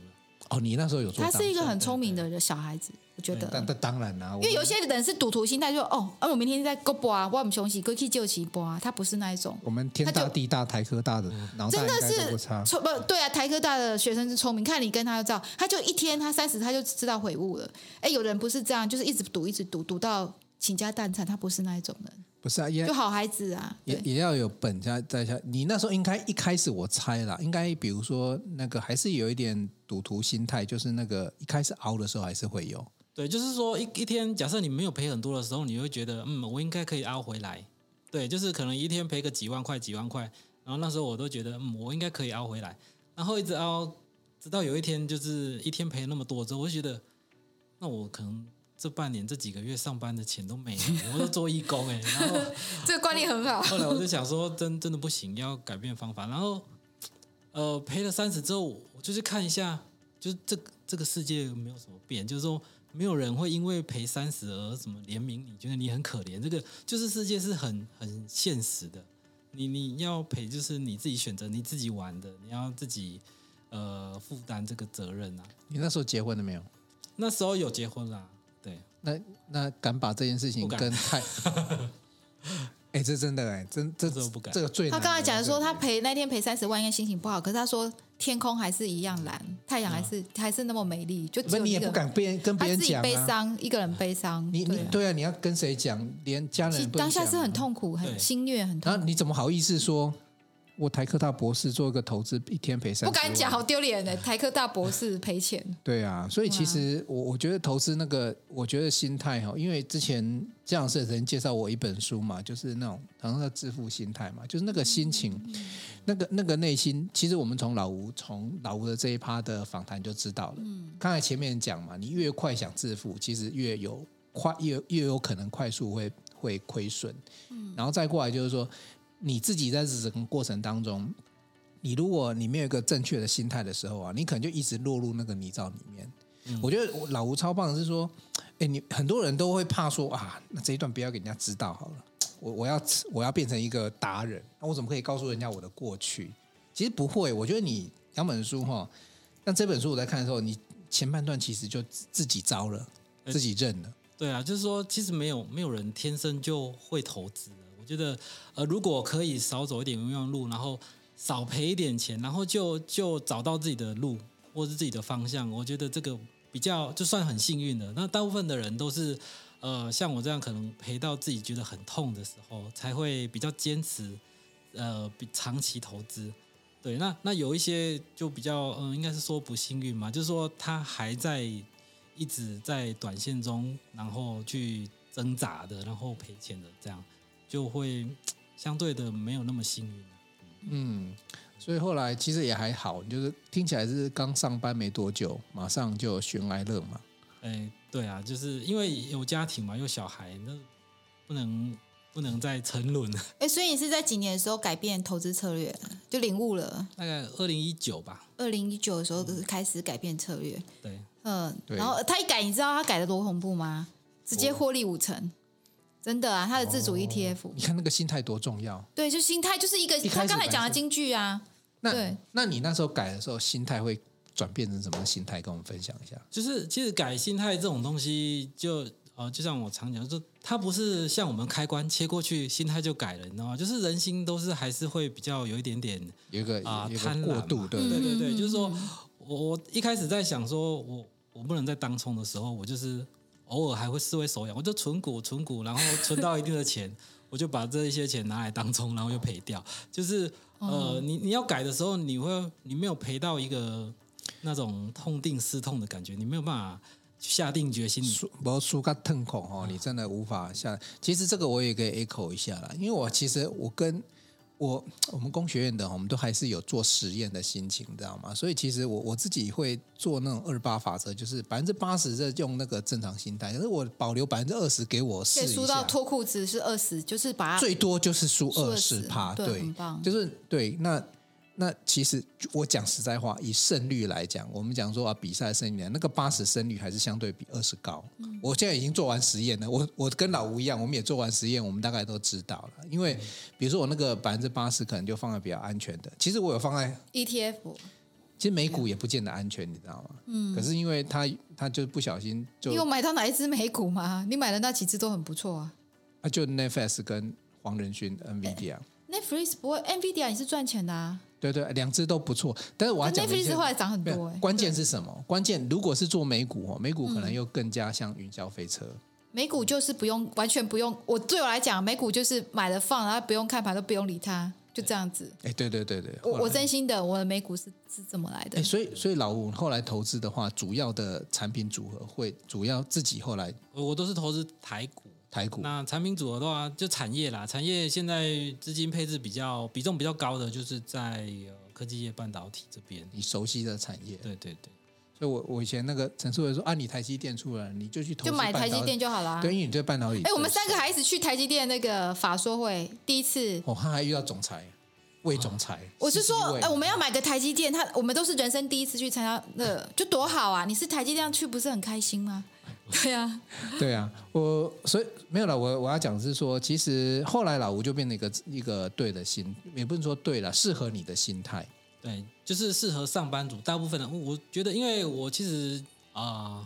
[SPEAKER 1] 哦，你那时候有做
[SPEAKER 2] 他
[SPEAKER 1] 当，
[SPEAKER 2] 是一个很聪明的人小孩子，我觉
[SPEAKER 1] 但
[SPEAKER 2] 得。
[SPEAKER 1] 但当然啦、我
[SPEAKER 2] 因为有些人是赌徒心态，就哦，啊，我明天再够播啊，我们休息，过去救起播啊，他不是那一种。
[SPEAKER 1] 我们天大
[SPEAKER 2] 他就
[SPEAKER 1] 地大台科大的
[SPEAKER 3] 嗯
[SPEAKER 1] 脑袋
[SPEAKER 2] 真
[SPEAKER 1] 应
[SPEAKER 2] 的
[SPEAKER 1] 该都不差
[SPEAKER 2] 是。聪不对啊，台科大的学生是聪明，看你跟他就知道，他就一天他三十他就知道悔悟了。哎，有人不是这样，就是一直赌一直赌，赌到倾家荡产，他不是那一种人，
[SPEAKER 1] 不是啊，也
[SPEAKER 2] 就好孩子啊。
[SPEAKER 1] 也
[SPEAKER 2] 对，
[SPEAKER 1] 也要有本家在下。你那时候应该一开始我猜啦，应该比如说那个还是有一点赌徒心态，就是那个一开始熬的时候还是会有。
[SPEAKER 3] 对，就是说一一天，假设你没有赔很多的时候，你会觉得，嗯，我应该可以凹回来。对，就是可能一天赔个几万块、几万块，然后那时候我都觉得，嗯，我应该可以凹回来。然后一直凹，直到有一天，就是一天赔那么多之后，我就觉得，那我可能这半年、这几个月上班的钱都没了，我都做义工哎、然后
[SPEAKER 2] 这个观念很好。
[SPEAKER 3] 后来我就想说，真真的不行，要改变方法。然后，呃，赔了三十之后，我就去看一下，就是这个这个世界没有什么变，就是说没有人会因为赔三十而什么怜悯你，觉得你很可怜。这个就是世界是很很现实的，你你要赔就是你自己选择，你自己玩的，你要自己呃负担这个责任啊。
[SPEAKER 1] 你那时候结婚了没有？
[SPEAKER 3] 那时候有结婚啦，对，
[SPEAKER 1] 那那敢把这件事情
[SPEAKER 3] 不敢
[SPEAKER 1] 跟 太？哎、这真的哎、真这
[SPEAKER 3] 那时候不敢
[SPEAKER 1] 这个最
[SPEAKER 2] 他
[SPEAKER 1] 难的
[SPEAKER 2] 刚才讲的说，
[SPEAKER 1] 对
[SPEAKER 2] 他赔那天赔三十万，应该心情不好，可是他说天空还是一样蓝，太阳还是、还是那么美丽，就只
[SPEAKER 1] 嗯不
[SPEAKER 2] 有
[SPEAKER 1] 你也
[SPEAKER 2] 一个
[SPEAKER 1] 不敢别人跟
[SPEAKER 2] 他
[SPEAKER 1] 别人
[SPEAKER 2] 自己
[SPEAKER 1] 讲
[SPEAKER 2] 悲
[SPEAKER 1] 啊。
[SPEAKER 2] 伤，一个人悲伤。
[SPEAKER 1] 你
[SPEAKER 2] 对
[SPEAKER 1] 你
[SPEAKER 2] 啊
[SPEAKER 1] 对啊，你要跟谁讲？连家人
[SPEAKER 2] 其
[SPEAKER 1] 也
[SPEAKER 2] 实
[SPEAKER 1] 不能
[SPEAKER 2] 当下
[SPEAKER 1] 讲
[SPEAKER 2] 是
[SPEAKER 1] 啊
[SPEAKER 2] 很痛苦，很
[SPEAKER 3] 对
[SPEAKER 2] 心虐，很痛
[SPEAKER 1] 然
[SPEAKER 2] 苦
[SPEAKER 1] 后你怎么好意思说，我台科大博士做一个投资，一天赔三？
[SPEAKER 2] 不敢讲，好丢脸的。台科大博士赔钱，
[SPEAKER 1] 对啊，所以其
[SPEAKER 2] 哇
[SPEAKER 1] 实我我觉得投资那个，我觉得心态哈，因为之前这样是曾介绍我一本书嘛，就是那种好像叫致富心态嘛，就是那个心情，那个那个内心，其实我们从老吴从老吴的这一趴的访谈就知道了。嗯，刚才前面讲嘛，你越快想致富，其实越有快越越有可能快速会会亏损。嗯，然后再过来就是说，你自己在整个过程当中，你如果你没有一个正确的心态的时候啊，你可能就一直落入那个泥沼里面。我觉得我老吴超棒的是说，哎，你很多人都会怕说啊，那这一段不要给人家知道好了，我我要我要变成一个达人，那我怎么可以告诉人家我的过去？其实不会，我觉得你两本书哈，像这本书我在看的时候，你前半段其实就自自己招了，
[SPEAKER 3] 呃
[SPEAKER 1] 自己认了。
[SPEAKER 3] 对啊，就是说，其实没有没有人天生就会投资的。我觉得，呃，如果可以少走一点冤枉路，然后少赔一点钱，然后就就找到自己的路或是自己的方向，我觉得这个比较就算很幸运的。那大部分的人都是，呃，像我这样可能赔到自己觉得很痛的时候，才会比较坚持，呃，比长期投资。对，那那有一些就比较，嗯、应该是说不幸运嘛，就是说他还在一直在短线中，然后去挣扎的，然后赔钱的，这样就会相对的没有那么幸运。
[SPEAKER 1] 嗯，所以后来其实也还好，就是听起来是刚上班没多久，马上就寻哀乐嘛。
[SPEAKER 3] 哎，对啊，就是因为有家庭嘛，有小孩，那不能不能再沉沦。
[SPEAKER 2] 哎，所以你是在几年的时候改变投资策略，就领悟了？
[SPEAKER 3] 大概二零一九吧，
[SPEAKER 2] 二零一九的时候开始改变策略，
[SPEAKER 3] 对，
[SPEAKER 2] 嗯，
[SPEAKER 1] 对
[SPEAKER 2] 然后他一改，你知道他改的多恐怖吗？直
[SPEAKER 1] 哦
[SPEAKER 2] 接获利五成，真的啊！他的自主 ETF，、
[SPEAKER 1] 你看那个心态多重要。
[SPEAKER 2] 对，就心态就是一个
[SPEAKER 1] 一开
[SPEAKER 2] 他
[SPEAKER 1] 始
[SPEAKER 2] 刚才
[SPEAKER 1] 本来
[SPEAKER 2] 讲的
[SPEAKER 1] 是
[SPEAKER 2] 金句啊，
[SPEAKER 1] 那
[SPEAKER 2] 对
[SPEAKER 1] 那你那时候改的时候，心态会转变成什么心态？跟我们分享一下。
[SPEAKER 3] 就是其实改心态这种东西就，呃，就像我常讲，就它不是像我们开关切过去，心态就改了，你知道吗？就是人心都是还是会比较有一点点。
[SPEAKER 1] 有一个、
[SPEAKER 3] 啊
[SPEAKER 1] 有一
[SPEAKER 3] 贪
[SPEAKER 1] 个
[SPEAKER 3] 婪
[SPEAKER 1] 过
[SPEAKER 3] 嘛
[SPEAKER 1] 度，对不
[SPEAKER 3] 对
[SPEAKER 1] 对？
[SPEAKER 3] 对
[SPEAKER 2] 嗯
[SPEAKER 3] 对，
[SPEAKER 2] 嗯
[SPEAKER 3] 就是说我我一开始在想说，我我不能在当冲的时候，我就是偶尔还会思维手痒，我就存股存股，然后存到一定的钱，我就把这一些钱拿来当冲，然后又赔掉。就是呃，你你要改的时候，你会你没有赔到一个那种痛定思痛的感觉，你没有办法下定决心。
[SPEAKER 1] 输不输个腾口哦，你真的无法下。其实这个我也可以 echo 一下啦，因为我其实我跟我我们工学院的，我们都还是有做实验的心情，你知道吗？所以其实我我自己会做那种二八法则，就是百分之八十的用那个正常心态，可是我保留百分之二十给我试
[SPEAKER 2] 可
[SPEAKER 1] 一
[SPEAKER 2] 以
[SPEAKER 1] 下。
[SPEAKER 2] 输到脱裤子是二十，就是把它
[SPEAKER 1] 最多就是输
[SPEAKER 2] 啊输
[SPEAKER 1] 二十趴，
[SPEAKER 2] 20%对
[SPEAKER 1] 对
[SPEAKER 2] 很棒，
[SPEAKER 1] 就是对。那那其实我讲实在话，以胜率来讲，我们讲说啊，比赛胜率来那个八十胜率还是相对比二十高。
[SPEAKER 2] 嗯
[SPEAKER 1] 我现在已经做完实验了，我我跟老吴一样，我们也做完实验，我们大概都知道了。因
[SPEAKER 2] 嗯
[SPEAKER 1] 为比如说我那个百分之八十可能就放在比较安全的，其实我有放在
[SPEAKER 2] ，E ETF，
[SPEAKER 1] 其实美
[SPEAKER 2] 嗯
[SPEAKER 1] 股也不见得安全，你知道吗？嗯。可是因为它它就不小心
[SPEAKER 2] 你
[SPEAKER 1] 就
[SPEAKER 2] 有买到哪一只美股吗？你买的那几只都很不错啊。
[SPEAKER 1] 它就 n e f s 跟黄仁勋 NVIDIA。
[SPEAKER 2] Netflix 不会，NVIDIA 也是赚钱的啊。
[SPEAKER 1] 啊对对，两只都不错，但是我要讲的一
[SPEAKER 2] Netflix
[SPEAKER 1] 件
[SPEAKER 2] 后来涨很
[SPEAKER 1] 没有
[SPEAKER 2] 多哎、
[SPEAKER 1] 关键是什么？关键如果是做美股哦，美股
[SPEAKER 2] 嗯
[SPEAKER 1] 可能又更加像云霄飞车。
[SPEAKER 2] 美股就是不用，完全不用。我对我来讲，美股就是买了放，然后不用看盘，都不用理它，就这样子。
[SPEAKER 1] 哎、对对对对，
[SPEAKER 2] 我
[SPEAKER 1] 后来
[SPEAKER 2] 我真心的，我的美股是是这么来
[SPEAKER 1] 哎，
[SPEAKER 2] 的。
[SPEAKER 1] 所以所以老吴后来投资的话，主要的产品组合会主要自己后来
[SPEAKER 3] 我我都是投资台股，
[SPEAKER 1] 台股
[SPEAKER 3] 那产品组合的话，就产业啦，产业现在资金配置比较比重比较高的，就是在呃科技业、半导体这边。
[SPEAKER 1] 你熟悉的产业。
[SPEAKER 3] 对对对。
[SPEAKER 1] 所以我我以前那个陈述伟说啊，你台积电出来，你就去投资
[SPEAKER 2] 就买台积
[SPEAKER 1] 半导
[SPEAKER 2] 电
[SPEAKER 1] 体，
[SPEAKER 2] 就好啊啦。
[SPEAKER 1] 对，因为你对半导体。
[SPEAKER 2] 哎、我们三个，还一起去台积电那个法说会，第一次。
[SPEAKER 1] 哦，他还遇到总裁，魏总裁。
[SPEAKER 2] 我是说，哎、
[SPEAKER 1] 哎、
[SPEAKER 2] 我们要买个台积电，他我们都是人生第一次去参加，那、就多好啊！你是台积电去，不是很开 心吗？对啊，
[SPEAKER 1] 对啊，我所以没有了。我我要讲的是说，其实后来老吴就变成一个一个对的心，也不能说对了，适合你的心态。
[SPEAKER 3] 对，就是适合上班族。大部分人，我我觉得，因为我其实啊、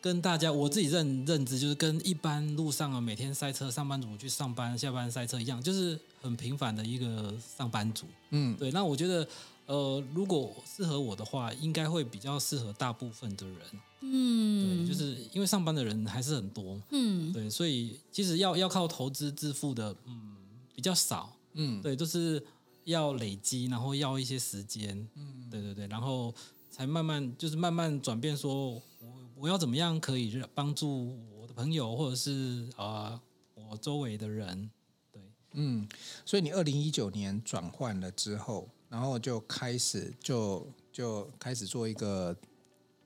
[SPEAKER 3] 跟大家我自己认认知，就是跟一般路上啊每天塞车上班族去上班、下班塞车一样，就是很平凡的一个上班族。
[SPEAKER 1] 嗯，
[SPEAKER 3] 对，那我觉得，呃，如果适合我的话，应该会比较适合大部分的人。
[SPEAKER 2] 嗯，
[SPEAKER 3] 对，就是因为上班的人还是很多，
[SPEAKER 2] 嗯，
[SPEAKER 3] 对，所以其实要要靠投资致富的，嗯，比较少，
[SPEAKER 1] 嗯，
[SPEAKER 3] 对，就是要累积，然后要一些时间，嗯，对对对，然后才慢慢就是慢慢转变说，我我要怎么样可以让帮助我的朋友或者是啊、我周围的人，对，
[SPEAKER 1] 嗯，所以你二零一九年转换了之后，然后就开始就就开始做一个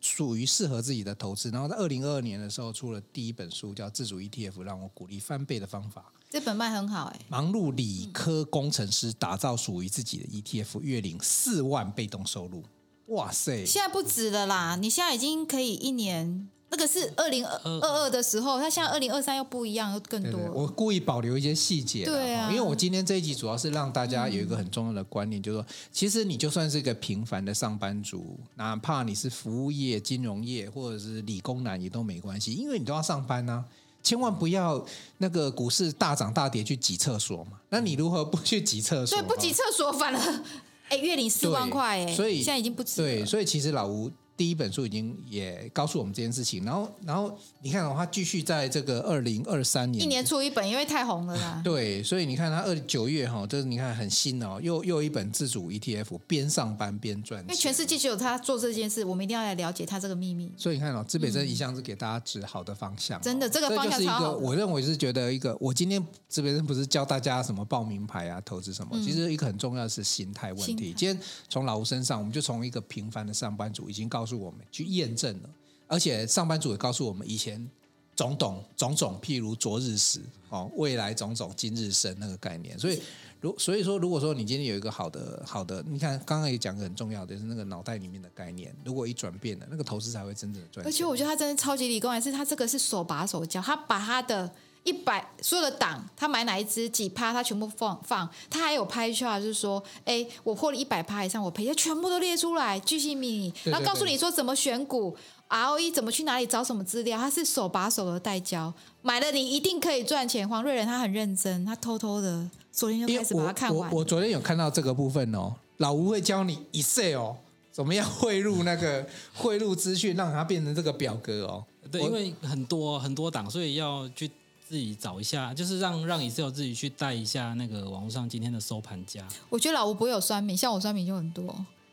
[SPEAKER 1] 属于适合自己的投资。然后在二零二二年的时候出了第一本书，叫《自主 ETF 让我鼓励翻倍的方法》，
[SPEAKER 2] 这本卖很好哎、
[SPEAKER 1] 忙碌理科工程师打造属于自己的 ETF，月领四万被动收入。哇塞！
[SPEAKER 2] 现在不止了啦，你现在已经可以一年那个是二零二二的时候，它现在二零二三又不一样，又更
[SPEAKER 1] 对
[SPEAKER 2] 多
[SPEAKER 1] 对，
[SPEAKER 2] 了。
[SPEAKER 1] 我故意保留一些细节啦，
[SPEAKER 2] 对啊
[SPEAKER 1] 哈因为我今天这一集主要是让大家有一个很重要的观念，就是说，其实你就算是一个平凡的上班族，哪怕你是服务业、金融业或者是理工男也都没关系，因为你都要上班呐、千万不要那个股市大涨大跌去挤厕所嘛。那你如何不去挤厕所
[SPEAKER 2] 所以
[SPEAKER 1] 呢？
[SPEAKER 2] 不挤厕所反而，哎，月领四万块，哎，
[SPEAKER 1] 所以
[SPEAKER 2] 现在已经不止
[SPEAKER 1] 对，
[SPEAKER 2] 了。
[SPEAKER 1] 所以其实老吴第一本书已经也告诉我们这件事情。然后，然后你看、哦，他继续在这个二零二三年
[SPEAKER 2] 一年出一本，因为太红 了啦。
[SPEAKER 1] 对，所以你看他二九月哈、这是你看很新哦，又又一本自主 ETF，边上班边赚
[SPEAKER 2] 因为
[SPEAKER 1] 钱。
[SPEAKER 2] 全世界只有他做这件事，我们一定要来了解他这个秘密。
[SPEAKER 1] 所以你看哦，资北真一向是给大家指好的方向哦、
[SPEAKER 2] 嗯真的这个方向
[SPEAKER 1] 就是一
[SPEAKER 2] 超好
[SPEAKER 1] 个
[SPEAKER 2] 的
[SPEAKER 1] 我认为是觉得一个，我今天资北真不是教大家什么报名牌啊、投资什么，其实一个很重要的是心态问
[SPEAKER 2] 嗯心
[SPEAKER 1] 题。
[SPEAKER 2] 态
[SPEAKER 1] 今天从老吴身上，我们就从一个平凡的上班族，已经告诉我们去验证了，而且上班族也告诉我们以前。种种种种，譬如昨日死哦，未来种种，今日生那个概念，所以如所以说，如果说你今天有一个好的好的，你看刚刚也讲个很重要的，就是那个脑袋里面的概念，如果一转变了，那个投资才会真正的赚钱。
[SPEAKER 2] 而且我觉得他真的超级理工，还是他这个是手把手教，他把他的一百所有的档，他买哪一支几趴，他全部放放，他还有拍 chart，就是说，哎，我获利一百趴以上，我赔，他全部都列出来，巨细靡遗，
[SPEAKER 1] 对
[SPEAKER 2] 然后告诉
[SPEAKER 1] 对
[SPEAKER 2] 你说怎么选股。ROE 怎么去哪里找什么资料？他是手把手的代教，买了你一定可以赚钱。黄瑞仁他很认真，他偷偷的昨天就
[SPEAKER 1] 因
[SPEAKER 2] 开
[SPEAKER 1] 为
[SPEAKER 2] 始把它
[SPEAKER 1] 我
[SPEAKER 2] 看
[SPEAKER 1] 我
[SPEAKER 2] 完。
[SPEAKER 1] 我昨天有看到这个部分哦，老吴会教你 Excel 哦，怎么样汇入那个汇入资讯，让它变成这个表格哦。
[SPEAKER 3] 对，
[SPEAKER 1] 我
[SPEAKER 3] 因为很多很多档，所以要去自己找一下，就是让让 Excel 自己去带一下那个网络上今天的收盘价。
[SPEAKER 2] 我觉得老吴不会有酸民，像我酸民就很多，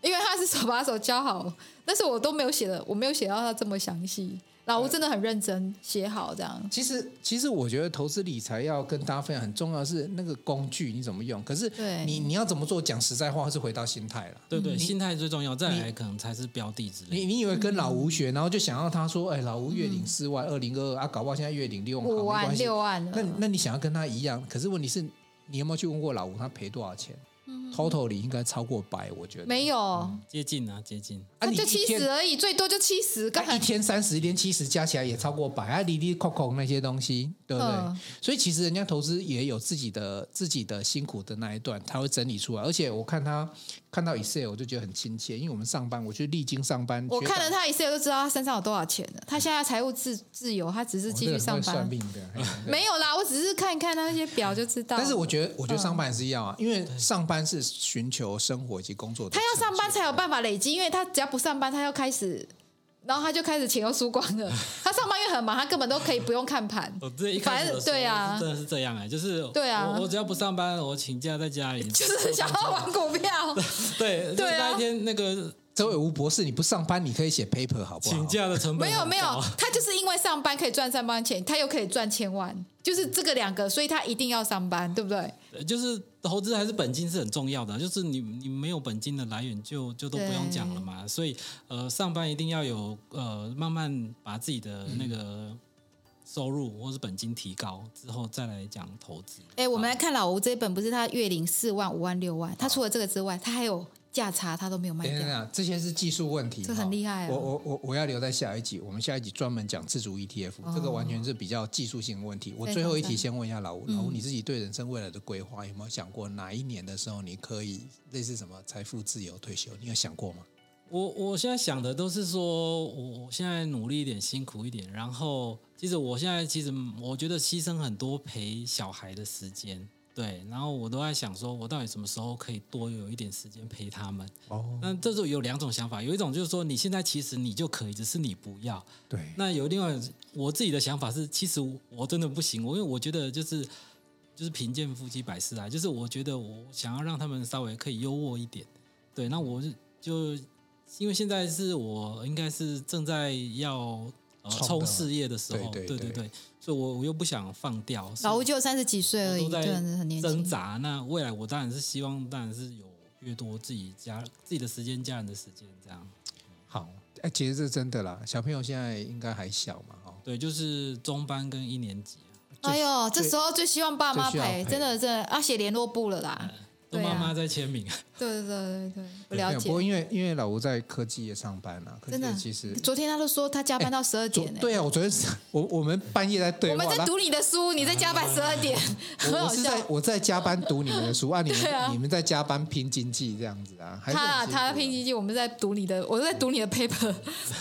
[SPEAKER 2] 因为他是手把手教好，但是我都没有写的，我没有写到他这么详细。老吴真的很认真写好这样，
[SPEAKER 1] 其实，其实我觉得投资理财要跟大家分享很重要的是那个工具你怎么用，可是
[SPEAKER 2] 对
[SPEAKER 1] 你你要怎么做，讲实在话是回到心态了。
[SPEAKER 2] 嗯
[SPEAKER 3] 对对，
[SPEAKER 1] 你
[SPEAKER 3] 心态最重要，再来可能才是标的之类
[SPEAKER 1] 你
[SPEAKER 3] 的。
[SPEAKER 1] 你以为跟老吴学，然后就想要他说，哎，老吴月领四万，二零二二啊，搞不好现在月领六万，
[SPEAKER 2] 嗯五
[SPEAKER 1] 好没
[SPEAKER 2] 万
[SPEAKER 1] 关系
[SPEAKER 2] 六万了
[SPEAKER 1] 那你那你想要跟他一样，可是问题是，你有没有去问过老吴他赔多少钱、t o t a l 里应该超过百，我觉得。
[SPEAKER 2] 嗯没有，
[SPEAKER 3] 接近啊，接近。
[SPEAKER 1] 啊，
[SPEAKER 2] 那
[SPEAKER 1] 你
[SPEAKER 2] 就
[SPEAKER 1] 一
[SPEAKER 2] 七
[SPEAKER 1] 天
[SPEAKER 2] 十而已，最多就七十。刚
[SPEAKER 1] 啊、一
[SPEAKER 2] 才
[SPEAKER 1] 天三十，一天七十，加起来也超过百，啊，离离扣扣那些东西，对不对？
[SPEAKER 2] 嗯
[SPEAKER 1] 所以其实人家投资也有自己的自己的辛苦的那一段，他会整理出来。而且我看他看到 Excel，我就觉得很亲切，因为我们上班，我去历经上班，哦
[SPEAKER 2] 我
[SPEAKER 1] 学长
[SPEAKER 2] 看了他一次就知道他身上有多少钱了。他现在财务自自由，他只是
[SPEAKER 1] 我
[SPEAKER 2] 继
[SPEAKER 1] 这哦个很
[SPEAKER 2] 续上
[SPEAKER 1] 会算
[SPEAKER 2] 班。
[SPEAKER 1] 命的，嘿 对
[SPEAKER 2] 没有啦，我只是看一看他那些表就知道。
[SPEAKER 1] 但是我觉得，我觉得上班也是一样啊，因为上班是寻求生活以及工作的
[SPEAKER 2] 嗯他
[SPEAKER 1] 成就。
[SPEAKER 2] 要上班才有办法累积，因为他只要不上班，他要开始，然后他就开始钱又输光 了。他上班因为很忙，他根本都可以不用看盘。
[SPEAKER 3] 我哦这一开
[SPEAKER 2] 反正
[SPEAKER 3] 始的时候
[SPEAKER 2] 对啊
[SPEAKER 3] 是真的是这样哎、就是
[SPEAKER 2] 对啊
[SPEAKER 3] 我我只要不上班，我请假在家里，
[SPEAKER 2] 就是想要玩股票，
[SPEAKER 3] 对，啊就是
[SPEAKER 2] 对啊
[SPEAKER 3] 那一天那个
[SPEAKER 1] 这位吴博士，你不上班，你可以写 paper 好不好？
[SPEAKER 3] 请假的成本
[SPEAKER 2] 没有
[SPEAKER 3] 很
[SPEAKER 2] 没有
[SPEAKER 3] 高，
[SPEAKER 2] 他就是因为上班可以赚上班钱，他又可以赚千万，就是这个两个，所以他一定要上班，对不对？
[SPEAKER 3] 就是投资还是本金是很重要的，啊就是你你没有本金的来源就就都不用讲了嘛。所以呃，上班一定要有呃，慢慢把自己的那个收入或是本金提高之后，再来讲投资。
[SPEAKER 2] 哎，我们来看老吴这一本，不是他月领四万、五万、六万，他除了这个之外，他还有价差，他都没有卖
[SPEAKER 1] 等
[SPEAKER 3] 哎
[SPEAKER 1] 一下等一
[SPEAKER 2] 掉。
[SPEAKER 1] 下，啊这些是技术问题，
[SPEAKER 2] 这很厉害啊
[SPEAKER 1] 我我我我要留在下一集，我们下一集专门讲自主 ETF，、这
[SPEAKER 2] 哦
[SPEAKER 1] 个完全是比较技术性的问题。我最后一题先问一下老吴，
[SPEAKER 2] 嗯
[SPEAKER 1] 老吴你自己对人生未来的规划有没有想过？哪一年的时候你可以类似什么财富自由退休？你有想过吗？
[SPEAKER 3] 我我现在想的都是说，我我现在努力一点，辛苦一点，然后其实我现在其实我觉得牺牲很多陪小孩的时间，对，然后我都在想说，我到底什么时候可以多有一点时间陪他们？
[SPEAKER 1] 哦，
[SPEAKER 3] 那这时候有两种想法，有一种就是说你现在其实你就可以，只是你不要。
[SPEAKER 1] 对，
[SPEAKER 3] 那有另外我自己的想法是，其实我真的不行，我因为我觉得就是就是贫贱夫妻百事哀，就是我觉得我想要让他们稍微可以优渥一点。对，那我就就因为现在是我应该是正在要呃
[SPEAKER 1] 冲的
[SPEAKER 3] 冲事业的时候，
[SPEAKER 1] 对对
[SPEAKER 3] 对
[SPEAKER 1] 对
[SPEAKER 3] 所以我我又不想放掉。
[SPEAKER 2] 老吴只有三十几岁而已，
[SPEAKER 3] 都在
[SPEAKER 2] 真的很年
[SPEAKER 3] 挣
[SPEAKER 2] 轻。
[SPEAKER 3] 扎。那未来我当然是希望，当然是有越多自己家自己的时间、家人的时间这样。
[SPEAKER 1] 好，哎，其实是真的啦，小朋友现在应该还小嘛，哦，
[SPEAKER 3] 对，就是中班跟一年级啊、
[SPEAKER 2] 哎哎呦，这时候最希望爸妈
[SPEAKER 1] 最需要
[SPEAKER 2] 陪，
[SPEAKER 1] 陪哎
[SPEAKER 2] 真的真的要写联络簿了啦。
[SPEAKER 3] 都
[SPEAKER 2] 对
[SPEAKER 3] 妈
[SPEAKER 2] 啊
[SPEAKER 3] 妈在签名，
[SPEAKER 2] 对对对对对，我
[SPEAKER 1] 没
[SPEAKER 2] 了
[SPEAKER 1] 有
[SPEAKER 2] 解
[SPEAKER 1] 不。过因为因为老吴在科技业上班啊，科技
[SPEAKER 2] 真的
[SPEAKER 1] 业其实
[SPEAKER 2] 昨天他都说他加班到十二
[SPEAKER 1] 哎昨
[SPEAKER 2] 点呢、
[SPEAKER 1] 对啊，我昨天我我们半夜在对
[SPEAKER 2] 我
[SPEAKER 1] 话，
[SPEAKER 2] 们在
[SPEAKER 1] 然后
[SPEAKER 2] 读你的书，你在加班十二点， 很
[SPEAKER 1] 我
[SPEAKER 2] 好
[SPEAKER 1] 我是
[SPEAKER 2] 笑
[SPEAKER 1] 在。我在加班读你们的书啊，你们、
[SPEAKER 2] 对啊
[SPEAKER 1] 你们在加班拼经济这样子啊，还是嗯
[SPEAKER 2] 他啊，
[SPEAKER 1] 很辛苦
[SPEAKER 2] 他
[SPEAKER 1] 啊
[SPEAKER 2] 拼经济，我们在读你的，我在读你 的 paper。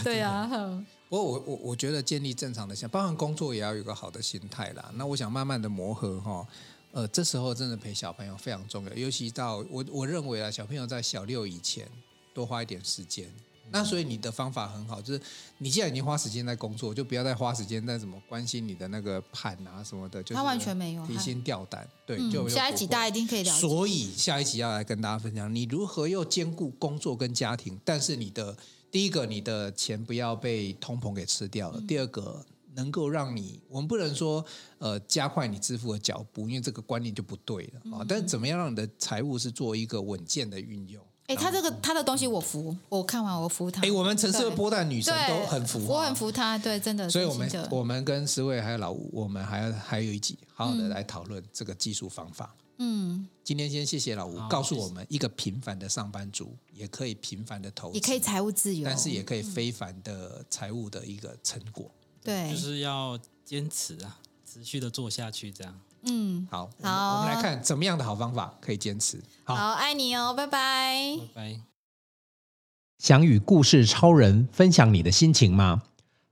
[SPEAKER 2] 对啊，哼
[SPEAKER 1] 不过我我我觉得建立正常的想，包含工作也要有一个好的心态啦。那我想慢慢的磨合哈、呃，这时候真的陪小朋友非常重要，尤其到我我认为啊，小朋友在小六以前多花一点时间。那所以你的方法很好，就是你既然已经花时间在工作，就不要再花时间在什么关心你的那个盘啊什么的，就是
[SPEAKER 2] 他完全没有
[SPEAKER 1] 提
[SPEAKER 2] 他
[SPEAKER 1] 心吊胆。对，就就
[SPEAKER 2] 嗯，下一
[SPEAKER 1] 不
[SPEAKER 2] 集
[SPEAKER 1] 会
[SPEAKER 2] 大家一定可以聊。
[SPEAKER 1] 所以下一集要来跟大家分享，你如何又兼顾工作跟家庭，但是你的第一个，你的钱不要被通膨给吃掉
[SPEAKER 2] 嗯
[SPEAKER 1] 了；第二个，能够让你，我们不能说呃加快你支付的脚步，因为这个观念就不对了
[SPEAKER 2] 嗯
[SPEAKER 1] 啊、但是怎么样让你的财务是做一个稳健的运用？
[SPEAKER 2] 哎、他这个他的东西我服，我看完我服他。
[SPEAKER 1] 哎，我们城市的
[SPEAKER 2] 对
[SPEAKER 1] 波蛋女神
[SPEAKER 2] 对
[SPEAKER 1] 都很服，啊
[SPEAKER 2] 我很。服他，对，真的。
[SPEAKER 1] 所以，我们
[SPEAKER 2] 真心的
[SPEAKER 1] 我们跟思慧还有老吴，我们还要还有一集，好好的来讨论这个技术方法。
[SPEAKER 2] 嗯，
[SPEAKER 1] 今天先谢谢老吴
[SPEAKER 3] 好，
[SPEAKER 1] 告诉我们一个平凡的上班族也可以平凡的投资，
[SPEAKER 2] 也可以财务自由，
[SPEAKER 1] 但是也可以非凡的财务的一个成果。
[SPEAKER 2] 对，
[SPEAKER 3] 就是要坚持啊，持续的做下去，这样。
[SPEAKER 2] 嗯，
[SPEAKER 1] 好，我们
[SPEAKER 2] 好
[SPEAKER 1] 我们来看怎么样的好方法可以坚持。好，
[SPEAKER 2] 好，爱你哦，拜拜。
[SPEAKER 3] 拜拜。
[SPEAKER 4] 想与故事超人分享你的心情吗？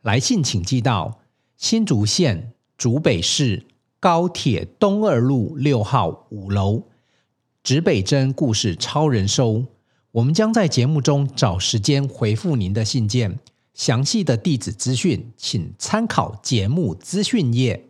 [SPEAKER 4] 来信请寄到新竹县竹北市高铁东二路六号五楼，指北针故事超人收。我们将在节目中找时间回复您的信件，详细的地址资讯请参考节目资讯页。